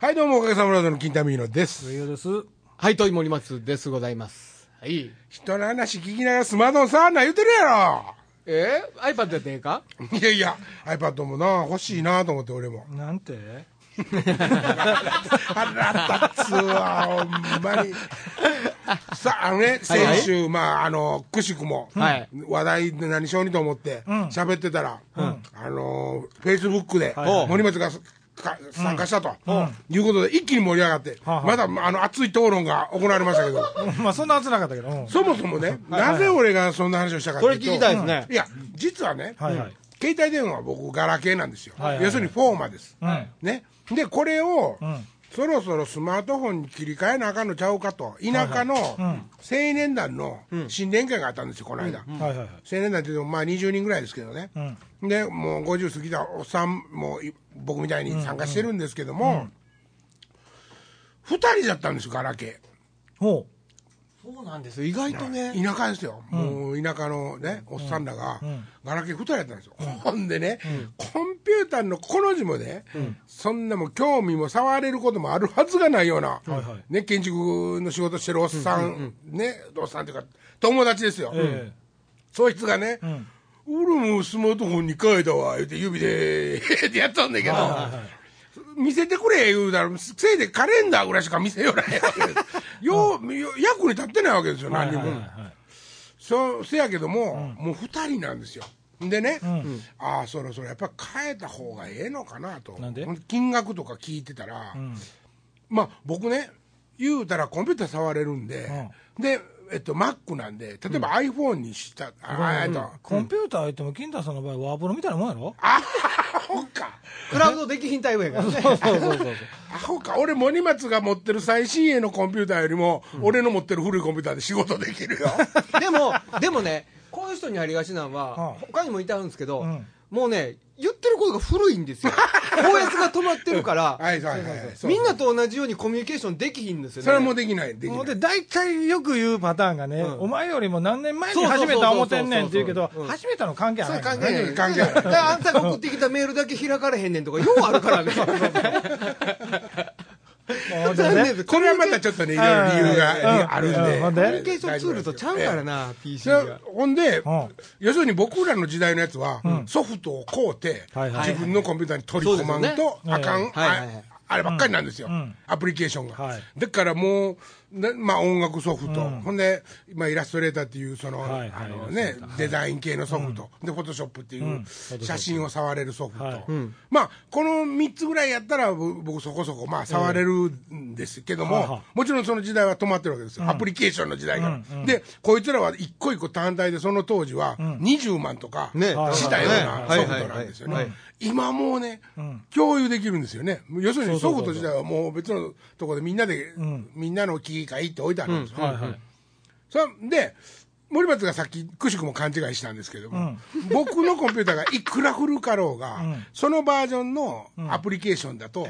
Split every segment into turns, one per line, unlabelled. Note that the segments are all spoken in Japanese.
はい、どうも、おかげさまでの金田美乃です。
上尾です。
はい、とい森松ですございます。はい。
人の話聞きながらスマートフォン触んな言うてるや
えー、iPad やってええか
ろ。いやいや、iPad もな、欲しいなと思って、俺も。
なんて
腹立つわ、ほんまに。さあ、あのね、
はいはい
先週、まあ、あの、くしくも、
はい
話題で何しようにと思って、喋ってたら、あの、Facebook で
はい、
森松が、か参加したと、いうことで、一気に盛り上がって、
はあはあ
まだあの熱い討論が行 われましたけど、
まあそんな熱なかったけど。うん
そもそもね、なぜ俺がそんな話をしたかというと、
それ聞きたいですね
うんいや、実はね、
はいはい
携帯電話は僕、ガラケーなんですよ、
はいはい
要するにフォーマです、
はい
ね、で、これを、
ん
そろそろスマートフォンに切り替えなあかんのちゃうかと、田舎の青年団の新年会があったんですよ、この間。
はいはいはい。
青年団っていうと、まあ20人ぐらいですけどね、でもう50過ぎたおっさんもい僕みたいに参加してるんですけども、2人だったんですよ、ガラケー。
ほ
そうなんですよ。意外とね。
田舎ですよ、もう田舎のね、おっさんらが、ガラケー2人やったんですよ、ほんでね、コンピューターのこの字もね、そんなもう興味も触れることもあるはずがないような、
はいはい
ね、建築の仕事してるおっさん、ね、おっさんというか、友達ですよ、
う。え
そいつがね、
ん
俺もスマートフォンに変えたわ、言うて、指で、 ってやったんだけど。見せてくれ言うなら、せいでカレンダーぐらいしか見せようないわけです。よう、よ役に立ってないわけですよ、
え。
何にも。
はいはいはい
そうせやけども、もう2人なんですよ。でね、ああ、そろそろやっぱ変えた方がええのかなと、
なんで
金額とか聞いてたら、まあ、僕ね、言うたらコンピューター触れるんで、で、えっと、Mac なんで、例えば iPhone にした、ああ、えっと、
コンピューター言っても、金田さんの場合、ワープロみたいなもんやろ
あアホか、
クラウドできひんタイプやからね。
そうそうそう。
アホか、俺、森松が持ってる最新鋭のコンピューターよりも、俺の持ってる古いコンピューターで仕事できる よ。
でも、でもね、こういう人にありがちなのは、
うん
他にもいたんですけど、
ん
もうね、言ってることが古いんですよ。高圧が止まってるか
は
ら、
いはいはい。そう
みんなと同じようにコミュニケーションできひんですよね。
それはもうできない、できない
ほん。で、大体よく言うパターンがね、
うん
お前よりも何年前
そ
に
うそう
始
そうそう
めた思てんねんって言うけど
うん、
始めたの関係
そ
な
れ
いから
関
ね。
係ない。
関係ない
だからあんたが送ってきたメールだけ開かれへんねんとか、ようあるか らね。
ほんでね
これはまたちょっとね、いろいろ理由
うん
があるん
うんほんで
で。
コミュニケーションツールとちゃうからな、PC
それ
が。
ほんで
うん、
要するに僕らの時代のやつは、ソフトを買うて、
はいはい
自分のコンピューターに取り込まん
そう
と
すよね
あかん、
はいはいはい
ああればっかりなんですよ、
ん
アプリケーションが。
はい
だからもう、なまあ、音楽ソフト、ほんで、まあ、イラストレーターっていうその、
はいはい
あのね、デザイン系のソフト、で、フォトショップっていう写真を触れるソフト、
はい
まあ、この3つぐらいやったら、ぼ僕、そこそこ、まあ、触れるんですけども、
はあはあ
もちろんその時代は止まってるわけですよ、アプリケーションの時代から。で、こいつらは一個一個単体で、その当時は20万とか
ね
したような
はい
ソ
はい
フトなんですよ
はい
ね
はい。
今もうね、共有できるんですよね。要するに
そ
ソ
うそう
フ
そう
ト自体はもう別のとこでみんなで、みんなの機器会って置いてあるんですよ。
はいはい。
そんで、森松がさっき、くしくも勘違いしたんですけども、 僕のコンピューターがいくら古かろうが、そのバージョンのアプリケーションだと、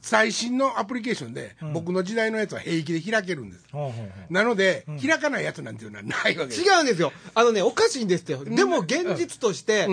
最新のアプリケーションで、僕の時代のやつは平気で開けるんです。
ほうほうほう
なので、開かないやつなんていうのはないわけです。
違うんですよ。あのね、おかしいんですって。でも現実として、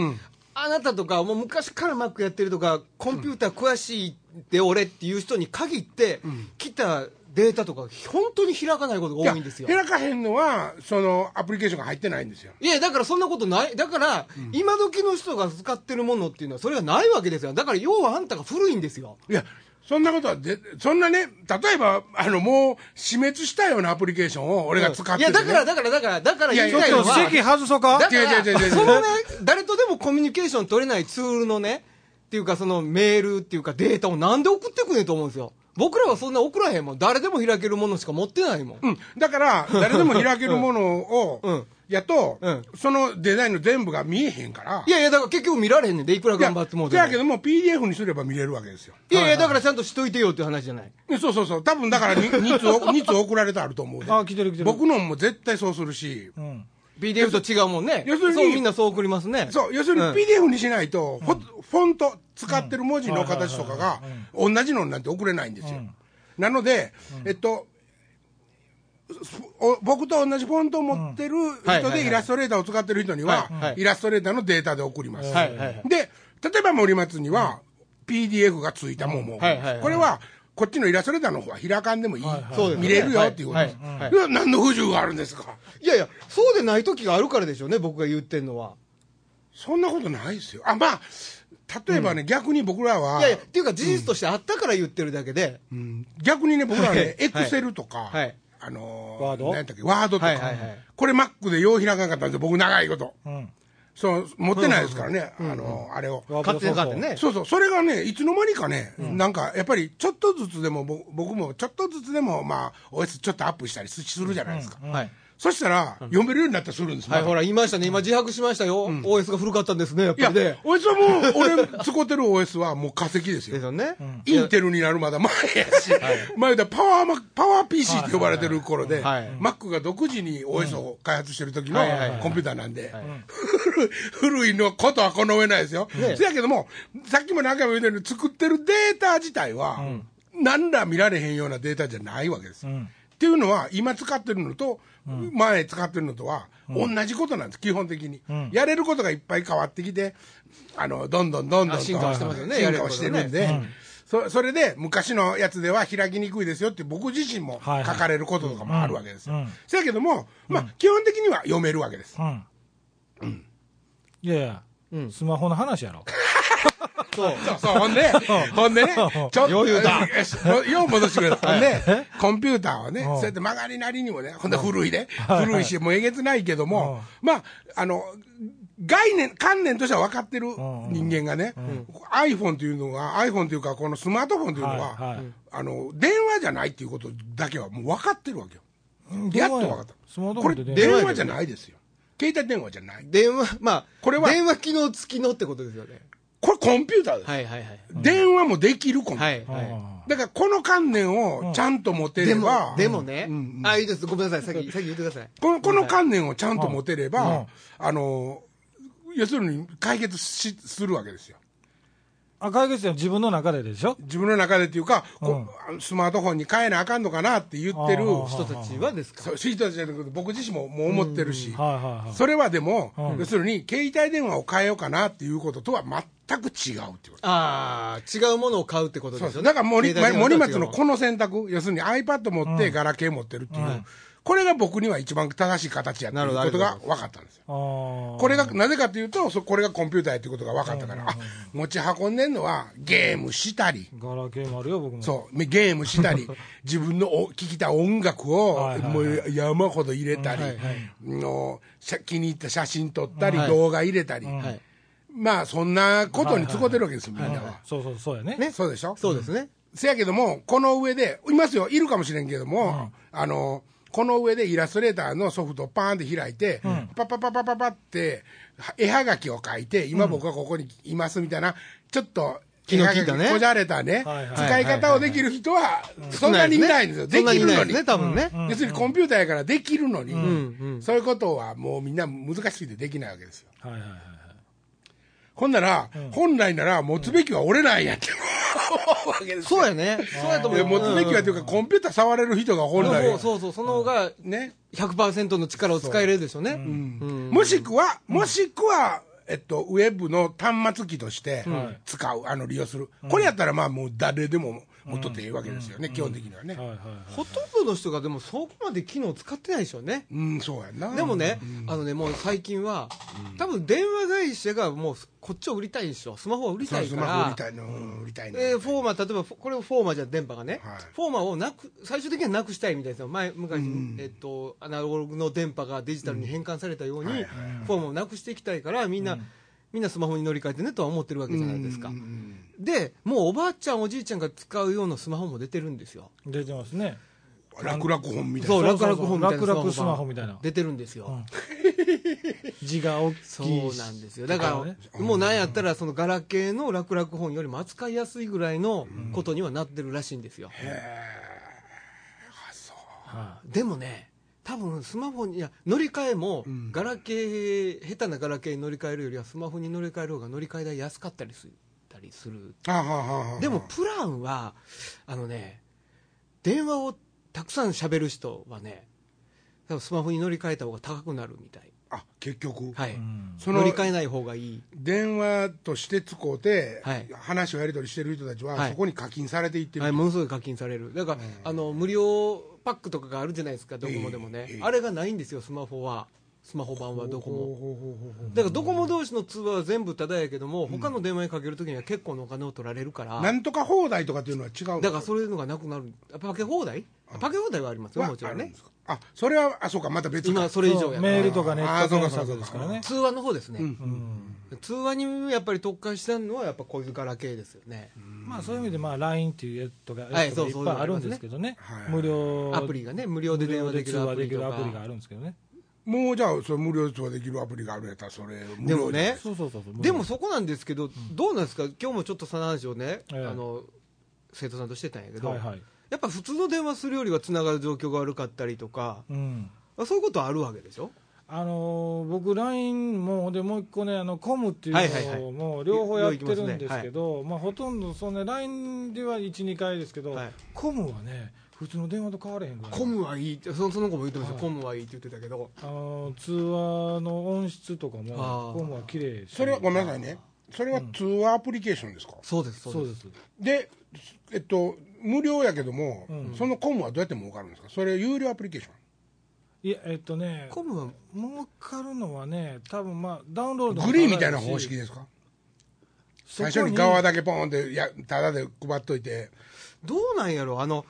あなたとか、もう昔から Mac やってるとか、コンピューター詳しいって俺っていう人に限って、来たデータとか、本当に開かないことが多いんですよ
い。や開かへんのは、そのアプリケーションが入ってないんですよ。
いや、だからそんなことない。だから、今時の人が使ってるものっていうのは、それがないわけですよ。だから、要はあんたが古いんですよ。
いや、そんなことはで、そんなね、例えば、あの、もう死滅したようなアプリケーションを俺が使って
いや、
てね
だから、だから、だから、だから言い
ちょった
いの
と
は、
席外そうか
だか
違う
ら、
違う違う違う
そのね、誰とでもコミュニケーション取れないツールのね、っていうか、そのメールっていうか、データをなんで送ってくんねんと思うんですよ。僕らはそんな送らへんもん。誰でも開けるものしか持ってないもん。
うん、だから、誰でも開けるもの を、
ん
やと、
うん
そのデザインの全部が見えへんから、
いやいや、だから結局見られへんねんで、いくら頑張ってもう
い
ても
やだけども、PDF にすれば見れるわけですよ。
いやいや、だからちゃんとしといてよっていう話じゃない。
でそうそうそう、多分だから に 2, 通お二通送られたあると思うで
あ、来てる来てる。
僕のも絶対そうするし、
うん。
PDF と違うもんね。
要するに
そうみんなそう送りますね。
そう、要するに
うん
PDF にしないと、フォフォント、使ってる文字の形とかが、同じのなんて送れないんですよ。なので、えっと、お僕と同じフォントを持ってる
はいは
人
いはい
でイラストレーターを使ってる人には
はいは、い
イラストレーターのデータで送ります。
はいはいはい
で、例えば森松には、 PDF がついたものも、
はいはいはい
これはこっちのイラストレーターの方は開かんでもいい、
そうですね
見れるよっていうことです、
はいはいはい
で何の不自由があるんですか
いやいやそうでない時があるからでしょうね僕が言ってんのは
そんなことないですよあまあ例えばね、逆に僕らはい
やいやっていうか事実としてあったから言ってるだけで、
うん逆にね僕ら
は
ね
い
エクセルとか、
はい
あの
ワード
何やったっけワードとか、
はいはいはい
これ Mac でよう開かなかったんですよ僕長いこと
うん。
そう持ってないですからね、あのあれを。
ワープロ
勝手に
ソフ
勝
ト
手にね
そうそう、それがね、いつの間にかね、なんかやっぱりちょっとずつでも、ぼ僕もちょっとずつでも、まあ、OS ちょっとアップしたりすするじゃないですか、
はい、
そしたら、読めるようになったりするんです、
はい、
ま
ほら言いましたね今自白しましたよ、OS が古かったんですねやっぱ
だ
り
いや
ね、
OS はもう、俺、使ってる OS はもう化石ですよ。
ですよね、
インテルになるまだ前やし、前だパワーマパワー PC って呼ばれてる頃で、
はいはいはい
Mac が独自に OS を開発してる時の
はいはいはい
コンピューターなんで、古い古いのことはこの上ないですよ。
ね
せやけども、さっきも何回も言うように、作ってるデータ自体は、何ら見られへんようなデータじゃないわけです。
ん
っていうのは、今使ってるのと、前使ってるのとは、同じことなんです、基本的に、やれることがいっぱい変わってきて、あの、どんどんどんどん
あ
と
進化はしてますよね
進
やれ
化
る
を
こ
し
と
て
がね
るんで、そそれで昔のやつでは開きにくいですよって僕自身も書
はいはい
かれることとかもあるわけですよ。
うんうん
せやけども、まあ、基本的には読めるわけです。
うん。いやいや、スマホの話やろ。
そう
そうそう、ほんで、ほんでね、ちょっと、
余裕だ
よしよう戻してくれた。ほんで、コンピューターはね、
ん
そうやって曲がりなりにもね、ほんで古いね、古いし、もうえげつないけども、まあ、あの、概念、観念としては分かってる
ん
人間がね、iPhone というのは、iPhone というか、このスマートフォンというの
はい
は
はい、
あの、電話じゃないっていうことだけはもう分かってるわけよ。やっと分かった。
スマート
こ
フォ
れ、
ンで電
電
話。
話じゃないですよ。携帯電話じゃない。
電話まあ
これは
電話機能付きのってことですよね
これコンピューターです。
はいはいはい
電話もできるコンピューター
は。いはい、
あ
だからこの観念をちゃんと持て
で
れば
も、でもね、あいいですごめんなさい先先言ってください
このこの観念をちゃんと持てれば、
うん
あの要するに解決しするわけですよ。
あ解決は自分の中ででしょ
自分の中でっていうか、こスマートフォンに変えなあかんのかなって言ってる
あー
人
人たちはですか
そう人たちじゃなくて僕自身ももう思ってるし、
はいはいはい。
それはでも、
うん
要するに携帯電話を変えようかなっていうこととは全く違うっていうこと。
ああ違うものを買うってこ
そ
と
う
で
ですす
よね
だから森
携帯電話
森
とは違
松
う
のこの選択、要するに iPad 持って、ガラケー持ってるっていう、これが僕には一番正しい形やっていうことが分かったんですよ。
こ
これがなぜかというと、そこれがコンピューターやということが分かったから、あ持ち運んでんのはゲームしたり、
ガラケーもあるよ、僕も。
そう、ゲームしたり、自分のお聴きたい音楽を
はいはいはい
もう山ほど入れたり、の写気に入った写真撮ったり、
はい
動画入れたり、
はい
まあそんなことに使ってるわけですよ、みんなは。
そうそうそうやね。
ね
そうでしょ
そうですね、
せやけども、この上で、いますよ、いるかもしれんけども、あの、この上でイラストレーターのソフトをパーンって開いて、パッパッパッパッパッパって、は絵はがきを書いて、今僕はここにいますみたいな、ちょっと、
気の利いた
絵は
ね
がきこじゃれたね、
はいはい
使い方をできる人は、そんなにいないんですよ。で
そんな
き
にい
る
ない
のに。
ですね多分ね、
要するにコンピューターやからできるのに、
ん
そういうことはもうみんな難しすぎてできないわけですよ。
はいはいはい。
ほんなら、本来なら持つべきは折れないやんって思うわけですよ
そうやねそうやと
い
思
や
う
持つべきはというか、コンピューター触れる人が本
うん
来
そうそうそうその方が
ね、
100%の力を使えるでしょうねうん
もしくは、もしくは、えっと、ウェブの端末機として使う、あの利用する、これやったら、まあもう誰でも持っとっていいわけですよね、基本的にはね
は。いはいはい。
ほとんどの人がでもそこまで機能使ってないでしょうね
うん、そうやんな。
でもね、あのね、もう最近は、多分電話会社がもうこっちを売りたいんですよ、スマホを売り
そ
た
う、
い
ス
か
マホ売り
ら、
たいの、うん売りたいの。
えーフォーマー、例えばフォこれをフォーマーじゃ電波がね、
はい
フォーマーをなく最終的にはなくしたいみたいですよ、前昔、えっと、アナログの電波がデジタルに変換されたように、
はいはい
フォーマーをなくしていきたいから、みんな、みんなスマホに乗り換えてねとは思ってるわけじゃないですか。でもうおばあちゃん、おじいちゃんが使うようなスマホも出てるんですよ、
出てますね。
楽々本みたい
そう、
な。
楽々本みたい
楽
な
々スマホみたいな
出てるんですよ。
字が大きいし。
そうなんですよだから、
ね
もうなんやったらそのガラケーの楽々本よりも扱いやすいぐらいのことにはなってるらしいんですよ、
は
でもね多分スマホにいや乗り換えも、ガラケー下手なガラケーに乗り換えるよりはスマホに乗り換える方が乗り換え代安かったりするたりする
あははは
でもプランはあのね電話をたくさん喋る人はね多分スマホに乗り換えた方が高くなるみたい
あ結局、
はい、
その
乗り換えない方がいい
電話として使うて、
はい
話をやり取りしてる人たちは、
はい
そこに課金されていってる、
はい、ものすごい課金される、だから、あの無料パックとかがあるじゃないですか、ドコモでもね、
ええええ
あれがないんですよ、スマホは、スマホ版はドコ
ほうほう
モ。
ほうほうほう
だからドコモ同士の通話は全部タダやけども、他の電話にかけるときには結構のお金を取られるから、
なんとか放題とかっていうのは違うの
だからそういうのがなくなる、パケ放題パケ放題はありますよ、
は
もちろん
ある
ね
で。すかあそれはあそうかまた別か
今、それ以上やから
メールとかネッ
あーそ
ト
うか
検
そうか
索ですからね
通話の方ですね、
うん
通話にやっぱり特化したのは、やっぱこういうガラケーですよね、
まあそういう意味でまあ LINE っていうやつとか
はい
やつとかい
そうそ
っ
う
ぱいあるんですけどね
はい
無料
アプリがね、無料で
無
電
料
話
で
でき
通
るア
話
プ
で
リ
き
と
る
か
アプリがあるんですけどね
もうじゃあそれ無料通話できるアプリがあるんやったらそれ無料
でもね、
そうそうそうそう無料
でもそこなんですけど、どうなんですか、今日もちょっとその話をね、
ええ
あの生徒さんとしてたんやけど、
はいはい
やっぱ普通の電話するよりはつながる状況が悪かったりとか、
うん
そういうことあるわけでしょ、
あのー僕 LINE もでもう一個ねあのコムってい
はいはいは
う
い
のも両方やってるんですけどまあほとんどそのね LINE では12回ですけど
はい
コムはね普通の電話と変われへんぐらい
コムはいいって、そのその子も言ってました、
はい
コムはいいって言ってたけど、
あの通話の音質とか
あ
も
ー
コムは綺麗し
それはごめんなさいねそれは通話アプリケーションですか、
そうです、そう
そ
で
う
す。
です
でえっと無料やけども、
うん
そのコムはどうやって儲かるんですかそれ有料アプリケーション
いやえっとね
コムは
儲かるのはね多分まあダウンロードも
グリーンみたいな方式ですか
そこ
最初に側だけポンってやただで配っといて
どうなんやろあの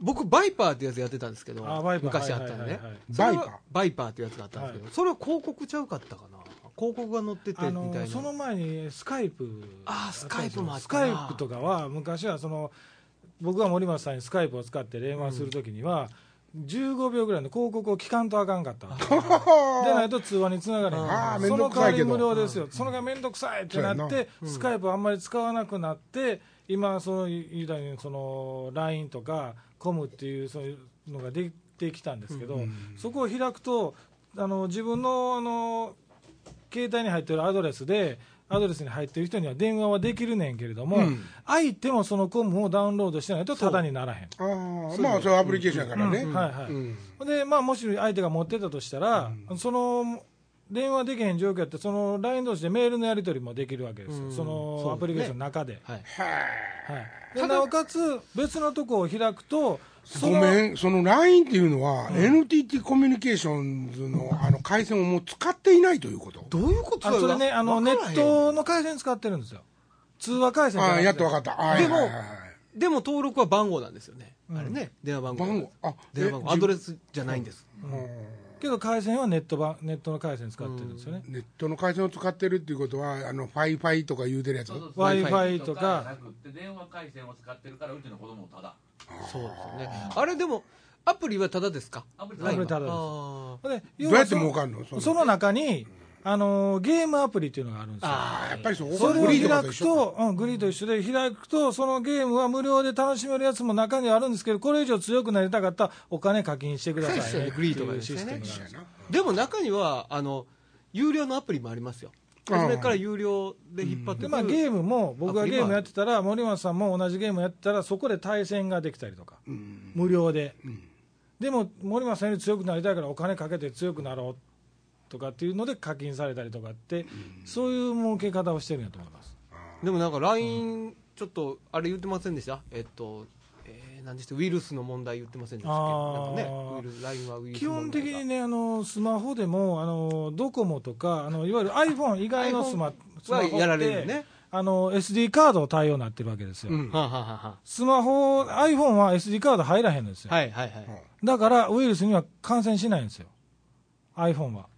僕バイパーってやつやってたんですけど
あバイパー
昔あったの
はいはい
ね
はいはい
そ
バ
れは
イパー
バイパーってやつがあったんですけど、
は
それは広告ちゃうかったかな広告が載ってて
あ
み
の
たいな
その前にスカイプ
あースカイプもあったな
スカイプとかは昔はその僕が森松さんにスカイプを使って連話するときには、15秒ぐらいの広告を聞かんとあかんかったわ けでないと通話につながれへん
あー
その代わり無料
面倒くさいけど
ですよ、それが面倒くさいってな
そ
っ
うや
て、スカイプあんまり使わなくなって、今、その言うたようにその LINE とか、コムっていうそういうのができてきたんですけど、そこを開くと、あの自分のあの携帯に入ってるアドレスで、アドレスに入ってる人には電話はできるねんけれども、
うん
相手もそのコムをダウンロードしてないとタダにならへん。
ああまあそれアプリケーションやからね、
はいはい
うん
で、まあ、もし相手が持ってたとしたら、その電話できへん状況やって、その LINE 同士でメールのやり取りもできるわけですよ、
うん
そ
そうですね
のアプリケーションの中で。
はい、
はいでなおかつ、別のとこを開くと、
ご
その
めんその LINE っていうのは、NTT コミュニケーションズのあの回線をもう使っていないということ
どういうこと
あ
だろ
そうれねあの、
わ
ネ
から
ッ
へん
トの回線使ってるんですよ、通話回線じゃ
あ
なく
あ
て
やっと分かったあ
でも
はいはいはいはい
でも登録は番号なんですよね、あれね電話番号
番号あ
電話番号
え
アドレスじゃないんです、
けど回線はネットばネットの回線使ってるんですよね、
ネットの回線を使ってるっていうことはあのファイファイとか言うてるやつ
w i f
Wi-Fi
i とか
な、くって電話回線を使ってるからうちの子供もただ
そうですよねあれでもアプリはタダですか
アプリ
アプリ
タ
タ
ダ
ダです。
あー
で
どうやって儲かるのその
その中に、あのゲームアプリっていうのがあるんですよ。
あやっぱりそう
それを
フリー
開
と
く
一緒か
と、うん、グリーと一緒で、開くと、そのゲームは無料で楽しめるやつも中にはあるんですけど、これ以上強くなりたかったら、お金課金してくださいね
そうですよねグリーとか
ってい
で
う
す
シ
よね
ステムがある
そう
んです
や
よ
な
でも中にはあの有料のアプリもありますよ
あー
初めから有料で引っ張ってく
で
る
まあ、ゲームも、僕が
アプリ
ゲ
もある
ームやってたら、森松さんも同じゲームやってたら、そこで対戦ができたりとか、無料で、でも森松さんより強くなりたいから、お金かけて強くなろうとかっていうので、課金されたりとかって、そういう儲け方をしてるんやと思います。
でもなんか LINE、ちょっとあれ言ってませんでしたえっと、えー、何でしたウイルスの問題言ってませんでしたっけ
あー
なんかねウイルス LINE はウイルス
基本
問題が
的にね、あのスマホでもあのドコモとかあの、いわゆる iPhone 以外のスマ
iPhone
スマホって
はやられるね
あの SD カード対応になってるわけですよ、
うん
はあはあはあは
スマホ、iPhone は SD カード入らへんのですよ、
あはいはいはい、
だからウイルスには感染しないんですよ、iPhone は。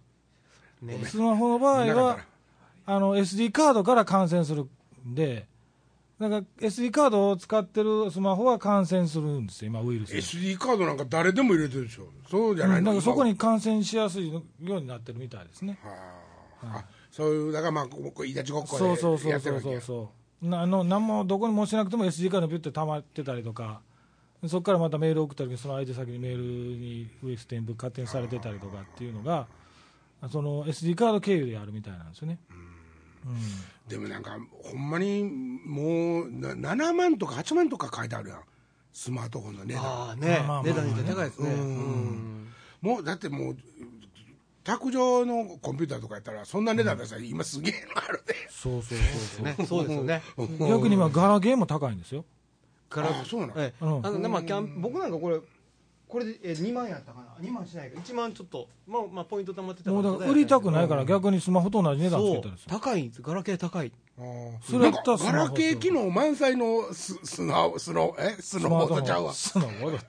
ね、
スマホの場合
なかっ
はあの SD カードから感染するんで、だから SD カードを使ってるスマホは感染するんですよ、今、ウイルスに。
SD カードなんか誰でも入れてるでしょそうじゃ
う
ない
ん
の、
だからそこ
に
に感染しやすいようになってるみたいですね。
あそういうだからまあここいたちごっこで
そうそうそ
や
う
ってる
そう
わけ
そう
や
そうなあの何もどこにもしなくても SD カードビュッて溜まってたりとかそこからまたメール送った時にその相手先にメールにウイルス添付勝手にされてたりとかっていうのがその SD カード経由でやるみたいなんですよね
でもなんかほんまにもうな7万とか8万とか書いてあるやんスマートフォンの値段
ああね
まあまあまあ
値段って高いですね、
うんもうだってもう卓上のコンピューターとかやったらそんな値段出したら今すげえのあるで、
そうそうそう
ね、そうですよね。
そう逆に今ガラゲーも高いんですよ
から
あそうなの
ええ、
うん
あのねまあキャン僕なんかこれこれでえ2万やったかな2万しないか1万ちょっとまあまあポイント貯まってた
もうだから売りたくない
ら
から逆にスマホと同じ値段つ
そ
け
う
たんですよ
高いんですガラケー高い
それ
な
や
ん
った
から
ス
ガ
マホ
ラケー機能満載のススマホスノえスノ
マ
ボ
ートフォ
ー
ン
ドちゃうわ
スマホだって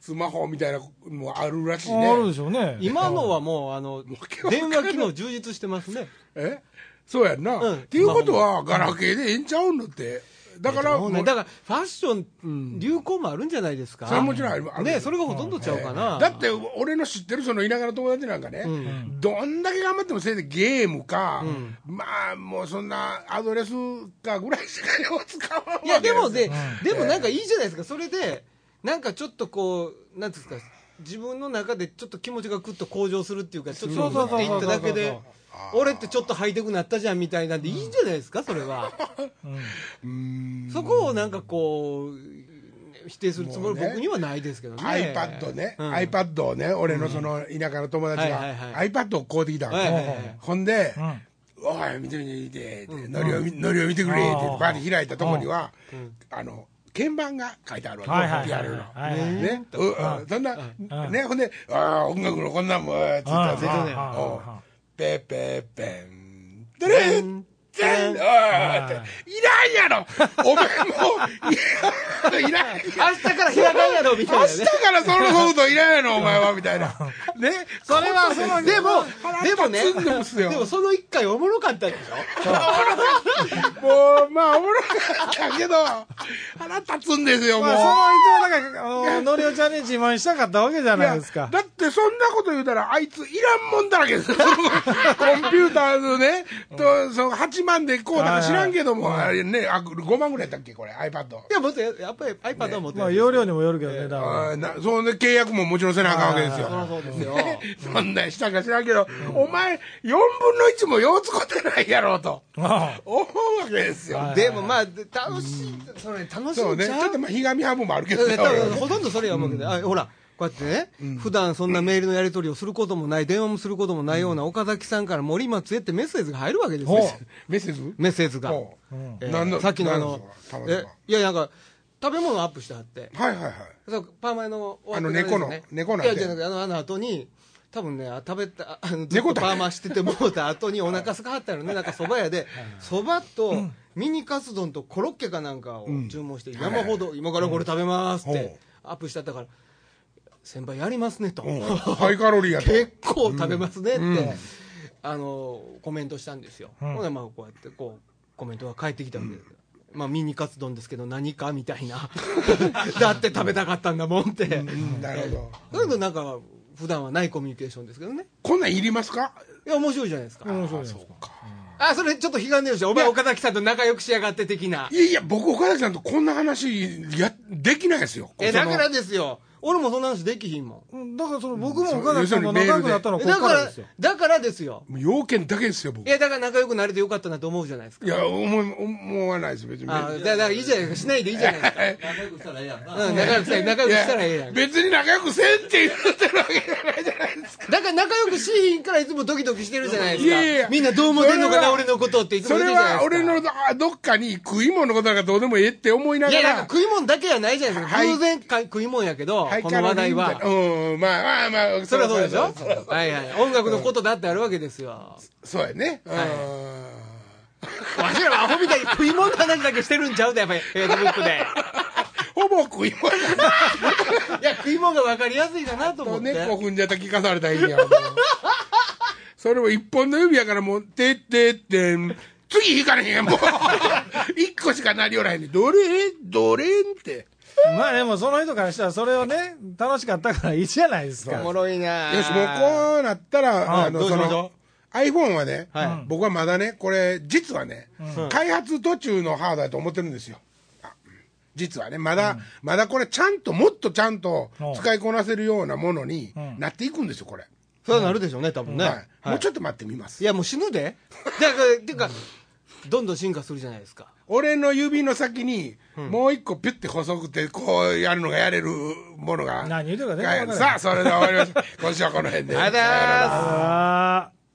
スマホみたいなのもあるらしい
あある
ね
でしょうね
今のはもうあの
けわか
電
んない
話機能充実してますね
えそうやんな、
うん
っていうことはガラケーでええんちゃうんだってだから、
もう
も
ね
う
だからファッション流行もあるんじゃないですか
それはもちろんあるある
ねそれがほとんどちゃうかな
だって俺の知ってるその田舎の友達なんかね、どんだけ頑張ってもせいぜいゲームか、まあもうそんなアドレスかぐらいしかよう使わんわけ
いやでも
すよ
ででもなんかいいじゃないですかそれでなんかちょっとこうなんていうんですか自分の中でちょっと気持ちがぐっと向上するっていうかちょっと
そうそうそう
っていっただけ
そう
で
そう
俺ってちょっとハイテクなったじゃんみたいなんでいいじゃないですかそれは
うーん
そこをなんかこう否定するつ
も
もり
うね
僕にはないですけどね
iPad ね、
うん
iPad をね俺のその田舎の友達が、
はいはいは
iPad を買うてきたの、
はいはいはい
ほんで、
うん
おい見てみて見てってノリを見ノリを見てくれって
あー
バーって開いたとこには、あの鍵盤が書いてあるわけ、
はいはいはい
PRL の。
はいはい
ね、ううんそんな、ね、ほんで、ああ、音楽のこんなんも、えーつったら
あー
出てね、
あー
おう
あ
ペーペーペン、ドレン、テン、おいって、いらんやろお前もう、いらん、いらんやろ
明日から開かんやろみた
明
いな
日
ね
からそのソフトいらんやろ、お前は、みたいな。ね、
それは
そう
でもでもね
腹立つんですよ
でもその一回おもろかったでしょ
もう、まあ、おもろかったけど、腹立つんですよ、もう。
まあ、その一応なんか、あの、ノリオちゃんに自慢したかったわけじゃないですか
い。やだってそんなこと言うたら、あいついらんもんだらけですよコンピューターのね、とその8万でこうなんか知らんけども、あれね、あ5万ぐらいだったっけ、これ、iPad。
いやもっとやっぱり iPad は持って
まあ、
るんですよ
容量にもよるけど、値段は。
あーなその契約ももちろんせなあかんわけです
そりゃ
よ。
そうですよ
そんなんしたんか知らんけど、お前、4分の1もよう使ってないやろうと
あ
思うわけですよ。
でもまあで楽しいそれ楽し
そ
み
うね、
ち
ち
ゃ
ょっ
う
とまあ、ひがみ半分もあるけど
だ
ね
から多分ほとんどそれや思うけど、あほらこうやってね、普段そんなメールのやり取りをすることもない電話もすることもないような岡崎さんから森松へってメッセージが入るわけですよ
俺メッセージ
メッセージが、
おう
えー
何の
さっきのあの
何です
え
か
いやなんか食べ物アップしてはって
はいはいはい。
そうパーマ屋のお後
あの
がで
猫
すね
の猫の
いやじゃなくてあのあの後に多分ねあ食べたあ のずっ
猫
と
だ
パーマしててもうた後にお腹すかはったの ねなんかそば屋でそばとミニカツ丼とコロッケかなんかを注文して山ほど今からこれ食べますっ
うん
てアップしたったから先輩やりますねと
うんハイカロリーやと。
結構食べますねって、あのコメントしたんですよ、ほんでまあこうやってこうコメントが返ってきたわけです、まあミニカツ丼ですけど何かみたいな だって食べたかったんだもんって、
うんなるほど。
だけどなんか普段はないコミュニケーションですけどね
こんなんいりますか
いや面白いじゃないですか、
面白いじゃないですか。
あそれちょっと悲願でるしょお前岡崎さんと仲良くしやがって的ない
やいや、僕、岡崎さんとこんな話や、できないですよ。
え
その
だからですよ俺もそんな話できひんも
うんだから、その、僕も岡崎さんと仲良くなったの
ん
は
え
ここ
だか
から
ら
ですよ。
だからですよ
もう要件だけですよ、僕。
い
い
やだから仲良くなれてよかったなと思うじゃないですか
や、思い、思わないです、別に。
あだだからいいじゃないですかしないでいいじゃないですか
仲良くしたらええやんな
うん、仲良くしたい、仲良
い
く
や
したらええやん。だ
別に仲良くせんって言ってるわけじゃないじゃないですか。
から仲良くしひんからいつもドキドキしてるじゃないですか。
いやいや
みんなどう思ってんのか
それは
な、俺のことっていつ
そ
も言
れ
うじゃないです
は、
か。
俺のどどっかに食い物のことなんかどうでもええって思いないが、
や、なんから食い物だけじゃないじゃないですか。
はい
偶然か食い物やけど
ハイ、
こ
カ
の
ロ
話
リー
題
みたいな
は。
うん、まあまあまあ、
それはそうでしょ
そそ
はいはい。音楽のことだってあるわけですよ。 わ
そうやね。うん
しらアホみたいに食い物の話だけしてるんちゃうだ、やっぱり、フェイスブックで。
ほぼ食い物
いや、食い物が分かりやすいかなと思って。
猫踏んじゃった聞かされたらいいやんもうそれも一本の指やからもう「てってってん」次引かれへんやんもう 一個しかなりよらへんねんどれどれんって
まあでも、その人からしたら、それをね、楽しかったからいいじゃないです
お
か。
もろいな
よしもうこうなったらあ
ど
の
うし
そ
ましょう
の iPhone はね、
は
僕はまだねこれ実はね、開発途中のハードだと思ってるんですよあ実はねまだ、まだこれちゃんともっとちゃんと使いこなせるようなものになっていくんですよこれ、
そうなるでしょうね、多分ね。
はいもうちょっと待ってみます
いや、もう死ぬで。だから、てか、どんどん進化するじゃないですか
俺の指の先に、もう一個ピュッて細くて、こうやるのがやれるものが。
何言うてるか全然わからない
さあ、それでは終わりましょう。今週はこの辺で。
ありがとうございま
あ
す
ー